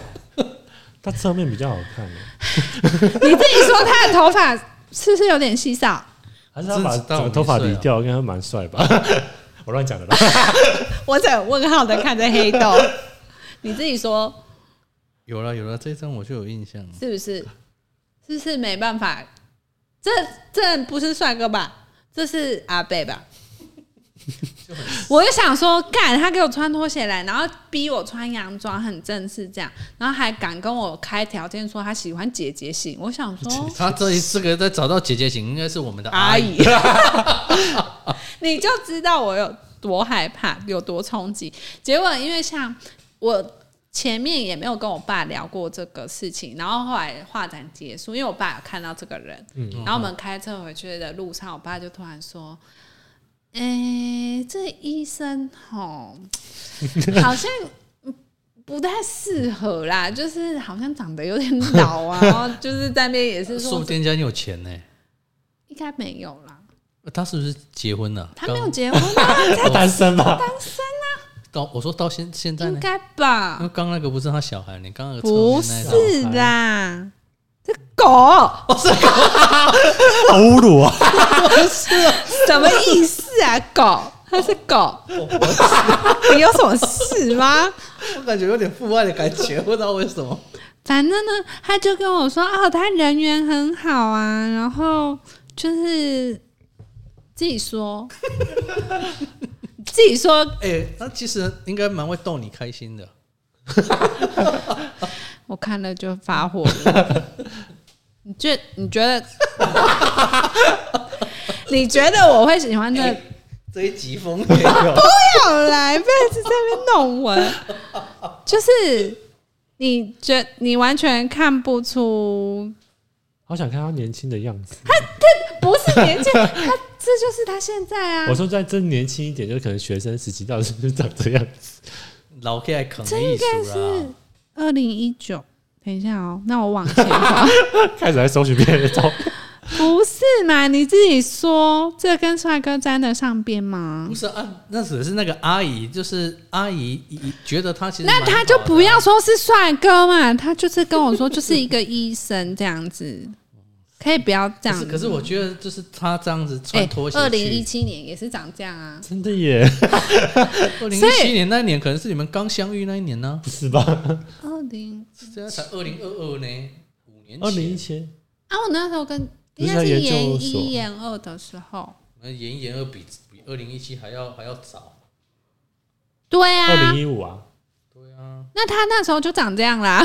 B: 它侧面比较好看啊耶，
A: 你自己说他的头发是不是有点稀少？
B: 还是他把
C: 真知道
B: 整个头发
C: 我没睡
B: 理
C: 啊
B: 掉，应该会蛮帅吧？ *laughs* 我乱讲
C: *laughs*
B: 的啦。
A: 我只有问号的看着黑豆， *laughs* 你自己说
C: 有了有了，这张我就有印象了。
A: 是不是？是不是没办法？这这不是帅哥吧？这是阿贝 *laughs* 吧？我就想说，干他给我穿拖鞋来，然后逼我穿洋装，很正式这样，然后还敢跟我开条件说他喜欢姐 *laughs* 姐型，我想说，
C: 他这一这个在找到姐姐型，应该是我们的
A: 哦阿
C: 阿
A: 姨， *laughs* 你就知道我有多害怕，有多冲击。结果因为像我前面也没有跟我爸聊过这个事情，然后后来画展结束，因为我爸有看到这个人，
C: 嗯
A: 然后我们开车回去的路上，我爸就突然说。哎、这医生吼，好像不太适合啦，就是好像长得有点老
C: *laughs*
A: 啊，然后就是在那边也是
C: 嗯说
A: 说
C: 不定人家很有钱呢。
A: 应该没有啦，
C: 他是不是结婚了？
A: 他没有
C: 刚
A: 结婚啊，
B: 他单身吧？
C: 到，我说到现现在
A: 应
C: 呢？
A: 该
C: 因为
A: 吧？
C: 刚那个不是他小孩，你刚那个侧
A: 不
C: 面那一张
A: 是啦，这狗
B: 好侮辱
A: *laughs*
B: 啊！
A: 什么意思啊？狗，它是
C: 哦
A: 狗，你有什么事吗？
C: 我感觉有点父爱的感觉，不知道为什么。
A: 反正呢，他就跟我说，哦，他人缘很好啊，然后就是自己说，自己说，
C: 哎、那其实应该蛮会逗你开心的。
A: 我看了就发火了。你觉你觉得？ *laughs* 你觉得我会喜欢这
C: 哎这一集 *laughs* 风也有，
A: 不要来，不要一直在那边弄我。 *laughs* 就是你觉你完全看不出，
B: 好想看他年轻的样子。
A: 不是年纪，他这就是他现在啊
B: 我。说在真年轻一点，就是可能学生时期到底是不是长这样子？
C: 老 K 还啃
A: 这
C: 艺
A: 应该
C: 术
A: 是
C: 啦。
A: 二零一九。等一下哦，那我往前滑。
B: 开始在搜寻别人的
C: *laughs*
B: 照片，
A: 不是嘛？你自己说，这跟帅哥沾得上边吗
C: 不？是啊，那只是那个阿姨，就是阿姨一一觉得他其实
A: 那
C: 蛮
A: 他
C: 好
A: 就
C: 的啊
A: 不要说是帅哥嘛，他就是跟我说就是一个医生这样子，
C: *laughs*
A: 可以不要这
C: 可
A: 样
C: 是
A: 子。
C: 可是我觉得就是他这样子穿拖鞋去，
A: 哎二零一七年也是长这样啊。
B: 真的耶，
C: 二零
A: 所
C: 一
A: 以
C: 七年那一年，可能是你们刚相遇那一年呢、
B: 不是吧？
A: 二零
C: 这啊才二零二二呢，五年前
B: 二零一七，
A: 啊，我那时候跟
B: 不
A: 应
B: 是
A: 该
B: 在
A: 是
B: 研
A: 研
B: 究所
A: 一研二的时候，
C: 那研一研二比比二零一七还要还要早。
A: 对
B: 二
A: 啊，
B: 零一五啊，
C: 对啊，
A: 那他那时候就长这样
B: *laughs*
A: 啦。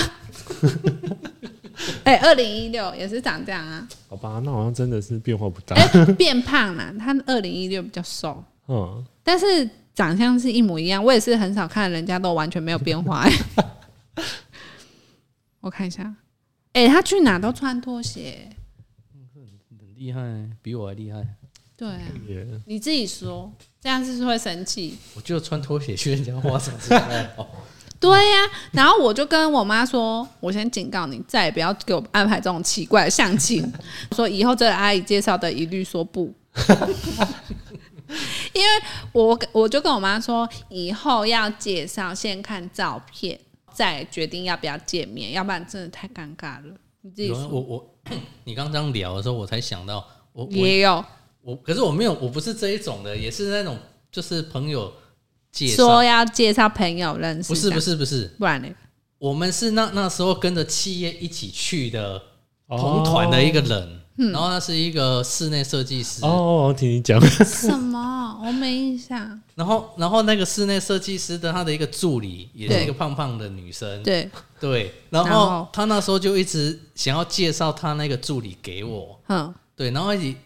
A: 哎，二零一六也是长这样啊，
B: 好吧，那好像真的是变化不大。
A: 哎，变胖啦。他二零一六比较瘦，
B: *laughs* 嗯，
A: 但是长相是一模一样。我也是很少看人家都完全没有变化、 *laughs* 哎我看一下，哎、他去哪都穿拖鞋、
C: 很厉害、比我还厉害。
A: 对啊、
B: 也
A: 你自己说，这样是不是会生气？
C: 我就穿拖鞋去人家花场是还好，
A: 对呀、然后我就跟我妈说，我先警告你，再也不要给我安排这种奇怪的相亲。 *laughs* 说以后这个阿姨介绍的一律说不， *laughs* 因为我我就跟我妈说，以后要介绍先看照片，再决定要不要见面，要不然真的太尴尬了。你 *laughs* 自己
C: 有啊
A: 说
C: 我我 *coughs* 你刚刚聊的时候，我才想到我我
A: 也有
C: 我，可是我没有，我不是这一种的，也是那种就是朋友介
A: 说
C: 绍，
A: 要介绍朋友认识，
C: 不是不，是不是，
A: 不然呢？
C: 我们是那那时候跟着企业一起去的同团的一个人，
A: 嗯
C: 然后他是一个室内设计师，
B: 哦哦，我听你讲，
A: *laughs* 什么？我没印象。
C: 然后然后那个室内设计师的他的一个助理也是
A: 对
C: 一个胖胖的女生，
A: 对，
C: 对，然
A: 然后
C: 后他那时候就一直想要介绍他那个助理给我，
A: 嗯，
C: 对，然后一起。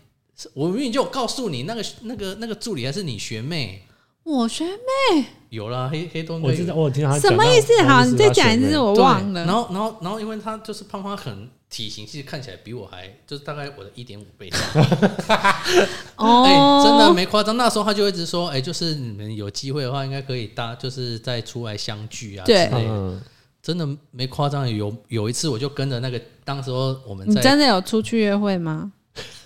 C: 我明明就有告诉你，那个那个那个助理还是你学妹，
A: 我学妹。
C: 有啦，黑黑东
B: 我知道，我有听到他
A: 什么意思？好，你再讲一次，
B: 我。
A: 我忘了。
C: 然后，然后，然后，因为他就是胖胖很体型，其实看起来比我还就是大概我的一点五
A: *laughs*
C: 倍。
A: 哦、
C: 哎、真的没夸张。那时候他就一直说，哎、就是你们有机会的话，应该可以搭，就是再出来相聚啊之
A: 对
C: 类的。
B: 嗯，
C: 真的没夸张，有有一次我就跟着那个，当时候我们
A: 你
C: 在
A: 真的有出去约会吗？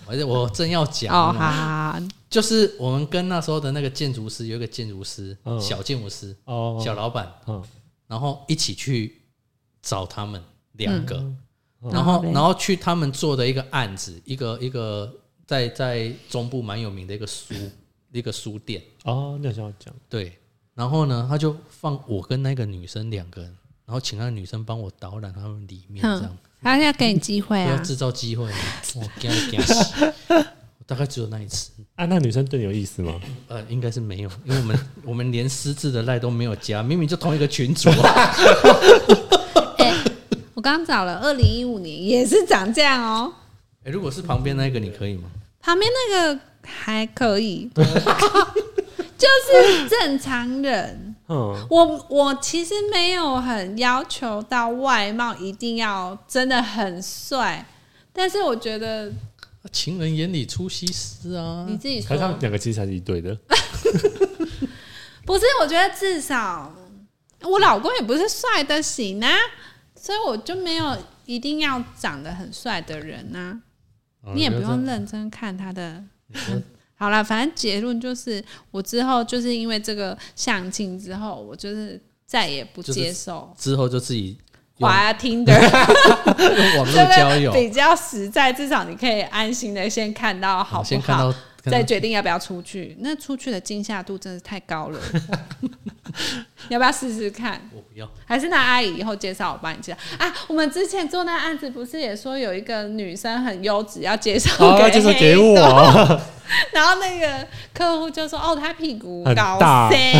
C: 而且我正要讲啊
A: 哦，好
C: 嘛，
A: 好好
C: 就是我们跟那时候的那个建筑师有一个建筑师
B: 嗯
C: 小建筑师
B: 哦，
C: 小老板，
B: 嗯
C: 然后一起去找他们两个，
B: 嗯
D: 然
C: 然后
D: 后嘞
C: 然后去他们做的一个案子，一个一个在在中部蛮有名的一个书一个书店，
B: 哦，那想要讲，
C: 对，然后呢他就放我跟那个女生两个人，然后请那个女生帮我导览他们里面这样，
A: 他要给你机会
C: 不要
A: 啊， *laughs*
C: 制造机会，我惊惊死，我大概只有那一次，
B: 啊，那女生对你有意思吗？
C: 呃，应该是没有，因为我们我们连私自的赖都没有加，明明就同一个群组、啊，
A: 哎我刚找了，二零一五年也是长这样哦。
C: 诶如果是旁边那个你可以吗？
A: 旁边那个还可以， *laughs* 就是正常人。
B: 嗯，
A: 我我其实没有很要求到外貌一定要真的很帅，但是我觉得
C: 啊情人眼里出西施啊！
A: 你自己
B: 可
A: 说
B: 是他们两个其实才是一
A: *laughs*
B: 对的，
A: 不是，我觉得至少我老公也不是帅的型啊，所以我就没有一定要长得很帅的人呐、
C: 哦
A: 你也不
C: 要这
A: 用
C: 样
A: 认真看他的
C: 说。
A: *laughs* 好啦，反正结论就是，我之后就是因为这个相亲之后，我就是再也不
C: 就是
A: 接受
C: 之后就自己用
A: 滑 Tinder
C: *laughs* 用
A: *laughs*
C: 网
A: 这
C: 络交
A: 个
C: 友，
A: 比较实在，至少你可以安心的先看到好
C: 好
A: 不
C: 先看
A: 好，
C: 到看
A: 再
C: 到
A: 决定要不要出去。那出去的惊吓度真的是太高
C: *laughs*
A: 了， *laughs* 要不要试试看？
C: 我不要，
A: 还是那阿姨以后介绍我帮你介绍啊？我们之前做那案子不是也说有一个女生很优质，要介绍
B: 哦，
A: 给
B: 就是
A: *laughs* 黑
B: 给我 *laughs*
A: 豆，然后那个客户就说哦，她屁股
B: 很
A: 高 *laughs*
B: 大
A: 噻，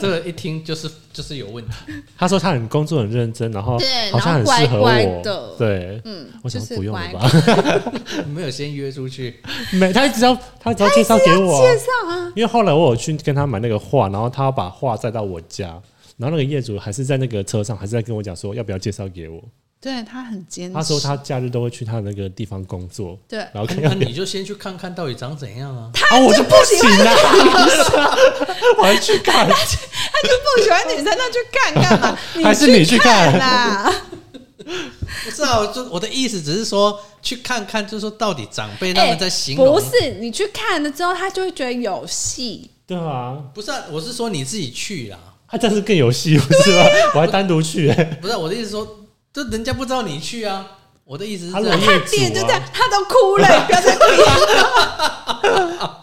C: 这个一听就是就是有问题， *laughs*
B: 他说他很工作很认真，然后
A: 对
B: 好像
A: 然
B: 很
A: 后
B: 适合我，
A: 乖乖的
B: 对，
A: 嗯，
B: 我想
A: 就
B: 说
A: 是
B: 不用
A: 乖
B: 了吧
A: 乖，
C: 没有先约出 *laughs* 去，
B: *laughs* 没，他只要他只要介绍给我，
A: 介绍啊，
B: 因为后来我有去跟他买那个画，然后他要把画载到我家，然后那个业主还是在那个车上，还是在跟我讲说要不要介绍给我。
A: 对她很坚持。
B: 他说他假日都会去他那个地方工作，
A: 对，
B: 然后看
C: 那
B: 要不要
C: 你就先去看看到底长怎样啊？ *laughs*
B: 啊，我就不行啦， *laughs* 我还去看，
A: 他就不喜欢女生，那去看干嘛？
B: *laughs* 还是你去
A: 看
B: 看？
C: *laughs*
A: 啦，
C: 不是啊，我就我的意思只是说去看看，就是说到底长辈他
A: 哎
C: 们在形容，
A: 不是你去看了之后，他就会觉得有戏。
B: 对啊，
C: 不是啊，我是说你自己去啦，
B: 他这样是更有戏，不是
A: *laughs*
B: 吗？我还单独去、欸，
C: 不是啊、我的意思说，就人家不知道你去啊。我的意思是
B: 他
C: 这
B: 容易
C: 样，
A: 他脸就这
B: 啊
A: 样，他都哭了，
B: *laughs*
A: 不要再哭了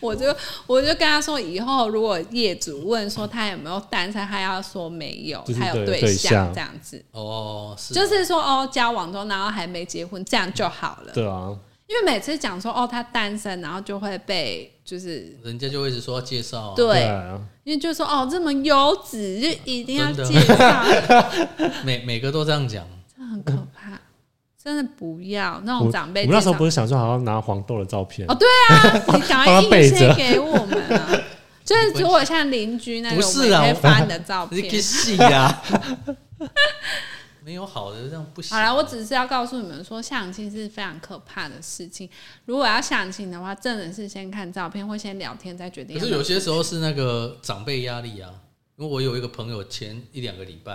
A: 我就我就跟他说，以后如果业主问说他有没有单身，他要说没有
B: 就，是
A: 他有
B: 对对
A: 象
B: 象
A: 这样子，
C: 哦，是
A: 就是说哦，交往中然后还没结婚，这样就好了。
B: 对啊，
A: 因为每次讲说哦他单身，然后就会被就是
C: 人家就会一直说要介绍、啊，
B: 对
A: 对，
B: 啊，
A: 因为就说哦这么优质就一定要
C: 真的
A: 介绍，
C: 每每个都这样讲，
A: 这很可怕，真的不要那
B: 我
A: 种长辈
B: 我
A: 介绍。
B: 们那时候不是想说好像拿黄豆的照片
A: 哦，，对啊，你赶快
B: 帮他备
A: 印些
B: 着
A: 给我们
C: *laughs*
A: 啊！就是如果像邻居那种，
C: 不是啊
A: 我们也可以
C: 我
A: 发你的照
C: 你
A: 片
C: 给。戏呀， *laughs* 没有好的这样不行。
A: 好啦，我只是要告诉你们说，相亲是非常可怕的事情。如果要相亲的话，真的是先看照片，或先聊天再决定
C: 可
A: 要
C: 是
A: 不要。
C: 有些时候是那个长辈压力啊，因为我有一个朋友前一两个礼拜，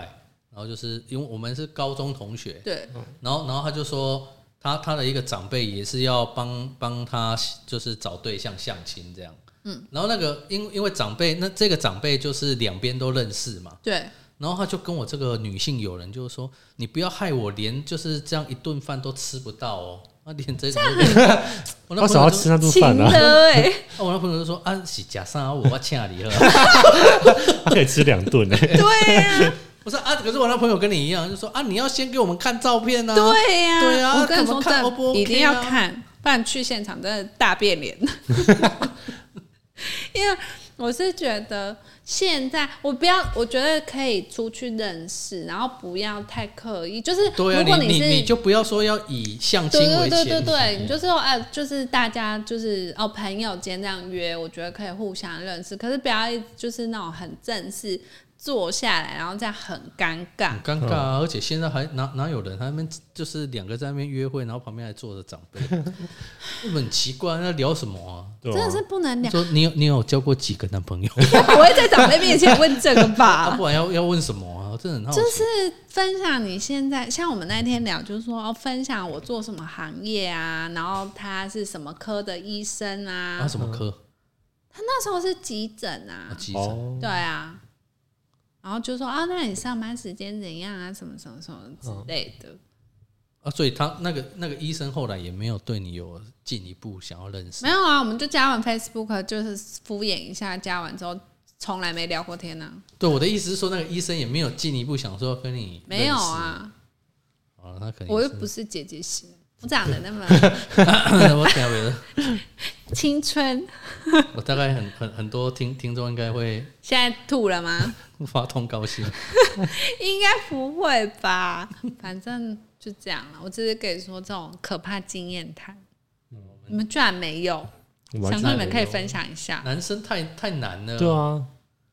C: 然后就是因为我们是高中同学，
A: 对，
C: 然后然后他就说他他的一个长辈也是要帮帮他就是找对象相亲这样，嗯，然后那个因因为长辈那这个长辈就是两边都认识嘛，
A: 对，
C: 然后他就跟我这个女性友人就是说，你不要害我连就是这样一顿饭都吃不到哦，啊连这种都 *laughs* 我那
B: 为
C: 朋
B: 什么要
C: 友就
B: 吃那顿
A: 情
B: 饭呢？
A: 的哎，
C: 啊我那朋友就说啊是假啥我要请你了。
B: 他 *laughs* 可以吃两
A: *laughs*
B: 顿哎，
A: 对呀，
C: *laughs* 不是啊，可是我那朋友跟你一样，就说啊，你要先给我们看照片啊。
A: 对呀，
C: 对啊
A: 我跟你
C: 怎
A: 说，
C: 么看 O 不
A: 这
C: OK 啊
A: 一定要看，不然去现场真的大变
C: *laughs*
A: 脸。因为我是觉得现在我不要，我觉得可以出去认识，然后不要太刻意。就是如
C: 对啊，
A: 果
C: 你
A: 是
C: 你你就不要说要以相亲
A: 对对对
C: 为前
A: 对
C: 提，
A: 对，你就说哎、就是大家就是哦朋友间这样约，我觉得可以互相认识，可是不要一直就是那种很正式。坐下来，然后这样很尴尬
C: 很。尴尬啊！而且现在还哪哪有人他们就是两个在那边约会，然后旁边还坐着长辈， *laughs* 很奇怪，那聊什么啊？
B: 对
A: 真
B: 啊
A: 的，是不能聊，
C: 说你有你有交过几个男朋友？
A: 不会在长辈面前问这个
C: 啊，
A: 吧？
C: 不然要要问什么啊？真的很好奇。
A: 就是分享你现在，像我们那天聊，就是说、哦、分享我做什么行业啊，然后他是什么科的医生啊，
C: 啊，什么科？
A: 他那时候是急诊啊
C: 啊，，急诊。
B: 哦，
A: 对啊，然后就说啊，那你上班时间怎样啊，什么什么什么之类的，
C: 啊，所以他那个那个医生后来也没有对你有进一步想要认识
A: 没有啊，我们就加完 Facebook 就是敷衍一下，加完之后从来没聊过天呢、啊
C: 对，我的意思是说，那个医生也没有进一步想说跟你
A: 没有
C: 认识。
A: 啊，
C: 啊，他可能
A: 我又
C: 是
A: 不是姐姐型，我长得那么
C: *laughs* 我感觉
A: 青春， *laughs*
C: 我大概很很很多听听众应该会
A: 现在吐了吗？
C: 发通
A: *laughs*
C: 高兴。
A: 应该不会吧，反正就这样了。我只是跟你说这种可怕经验谈，你们居然没有，想
B: 我完
A: 说
B: 全
A: 你们可以分享一下。
C: 男生太太难了，
B: 对啊，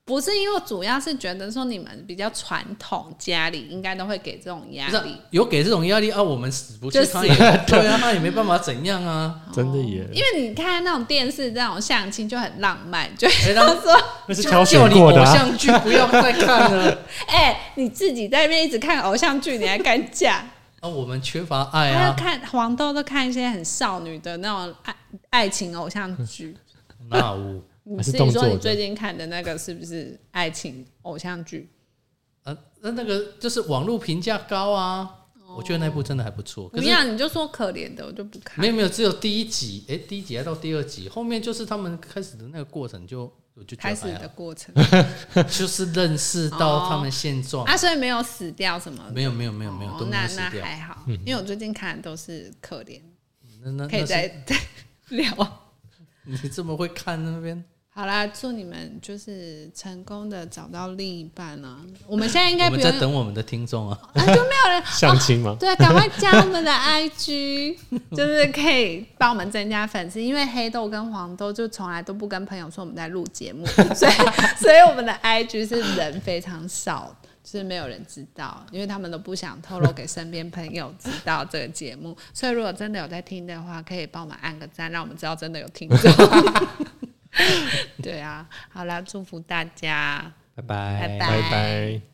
A: 不是因为我主要是觉得说你们比较传统，家里应该都会给这种压
C: 不是啊
A: 力，
C: 有给这种压力啊，我们死不去
A: 就，死
C: 他也对啊，他也没办法怎样
A: *laughs*
C: 啊。
B: 真的耶
A: 哦因为你看那种电视这种相亲就很浪漫，就
C: 哎
A: 是
C: 他
A: 说， *laughs*
B: 那是挑选
C: 叫你
B: 过
C: 偶
B: 的啊，
C: 像剧不要再看了 *laughs*
A: 哎、你自己在那边一直看偶像剧，你还敢讲？
C: 啊，我们缺乏
B: 哎
C: 爱
A: 还要
C: 啊，
A: 看黄豆都看一些很少女的那种爱爱情偶像剧。
C: 那我
A: 你
B: 还
A: 自
B: 是
A: 己
B: 动
A: 说
B: 作
A: 你
B: 的
A: 最近看的那个是不是爱情偶像剧？
C: 啊，那那个就是网络评价高啊，
A: 哦
C: 我觉得那部真的还不错。可
A: 不
C: 是
A: 要，你就说可怜的，我就不看
C: 没。有没有，只有第一集，哎、第一集还到第二集，后面就是他们开始的那个过程就，我就觉
A: 开
C: 得
A: 始
C: 还
A: 的过程
C: 好就是认识到他们现状。啊
A: 啊，所以没有死掉什么的。
C: 没有没有没有没有，
A: 哦
C: 都没
A: 那
C: 有死
A: 那
C: 掉。
A: 还好，因为我最近看的都是可怜，
C: 那那
A: 可以
C: 那
A: 再
C: 是
A: 再 *laughs* 聊。
C: 你这么会看那边，
A: 好啦，祝你们就是成功的找到另一半啊！我们现在应该
C: 我
A: 不
C: 们
A: 用
C: 在等我们的听众啊。
A: 啊，就没有人
B: 相亲吗？
A: 对，啊赶快加我们的 IG，就是 *laughs* 可以帮我们增加粉丝。因为黑豆跟黄豆就从来都不跟朋友说我们在录节目，所以 *laughs* 所以我们的 IG 是人非常少，就是没有人知道，因为他们都不想透露给身边朋友知道这个节目。所以如果真的有在听的话，可以帮我们按个赞，让我们知道真的有听众。 *laughs* 对啊，好啦，祝福大家，
C: 拜
A: 拜
C: 拜
B: 拜拜。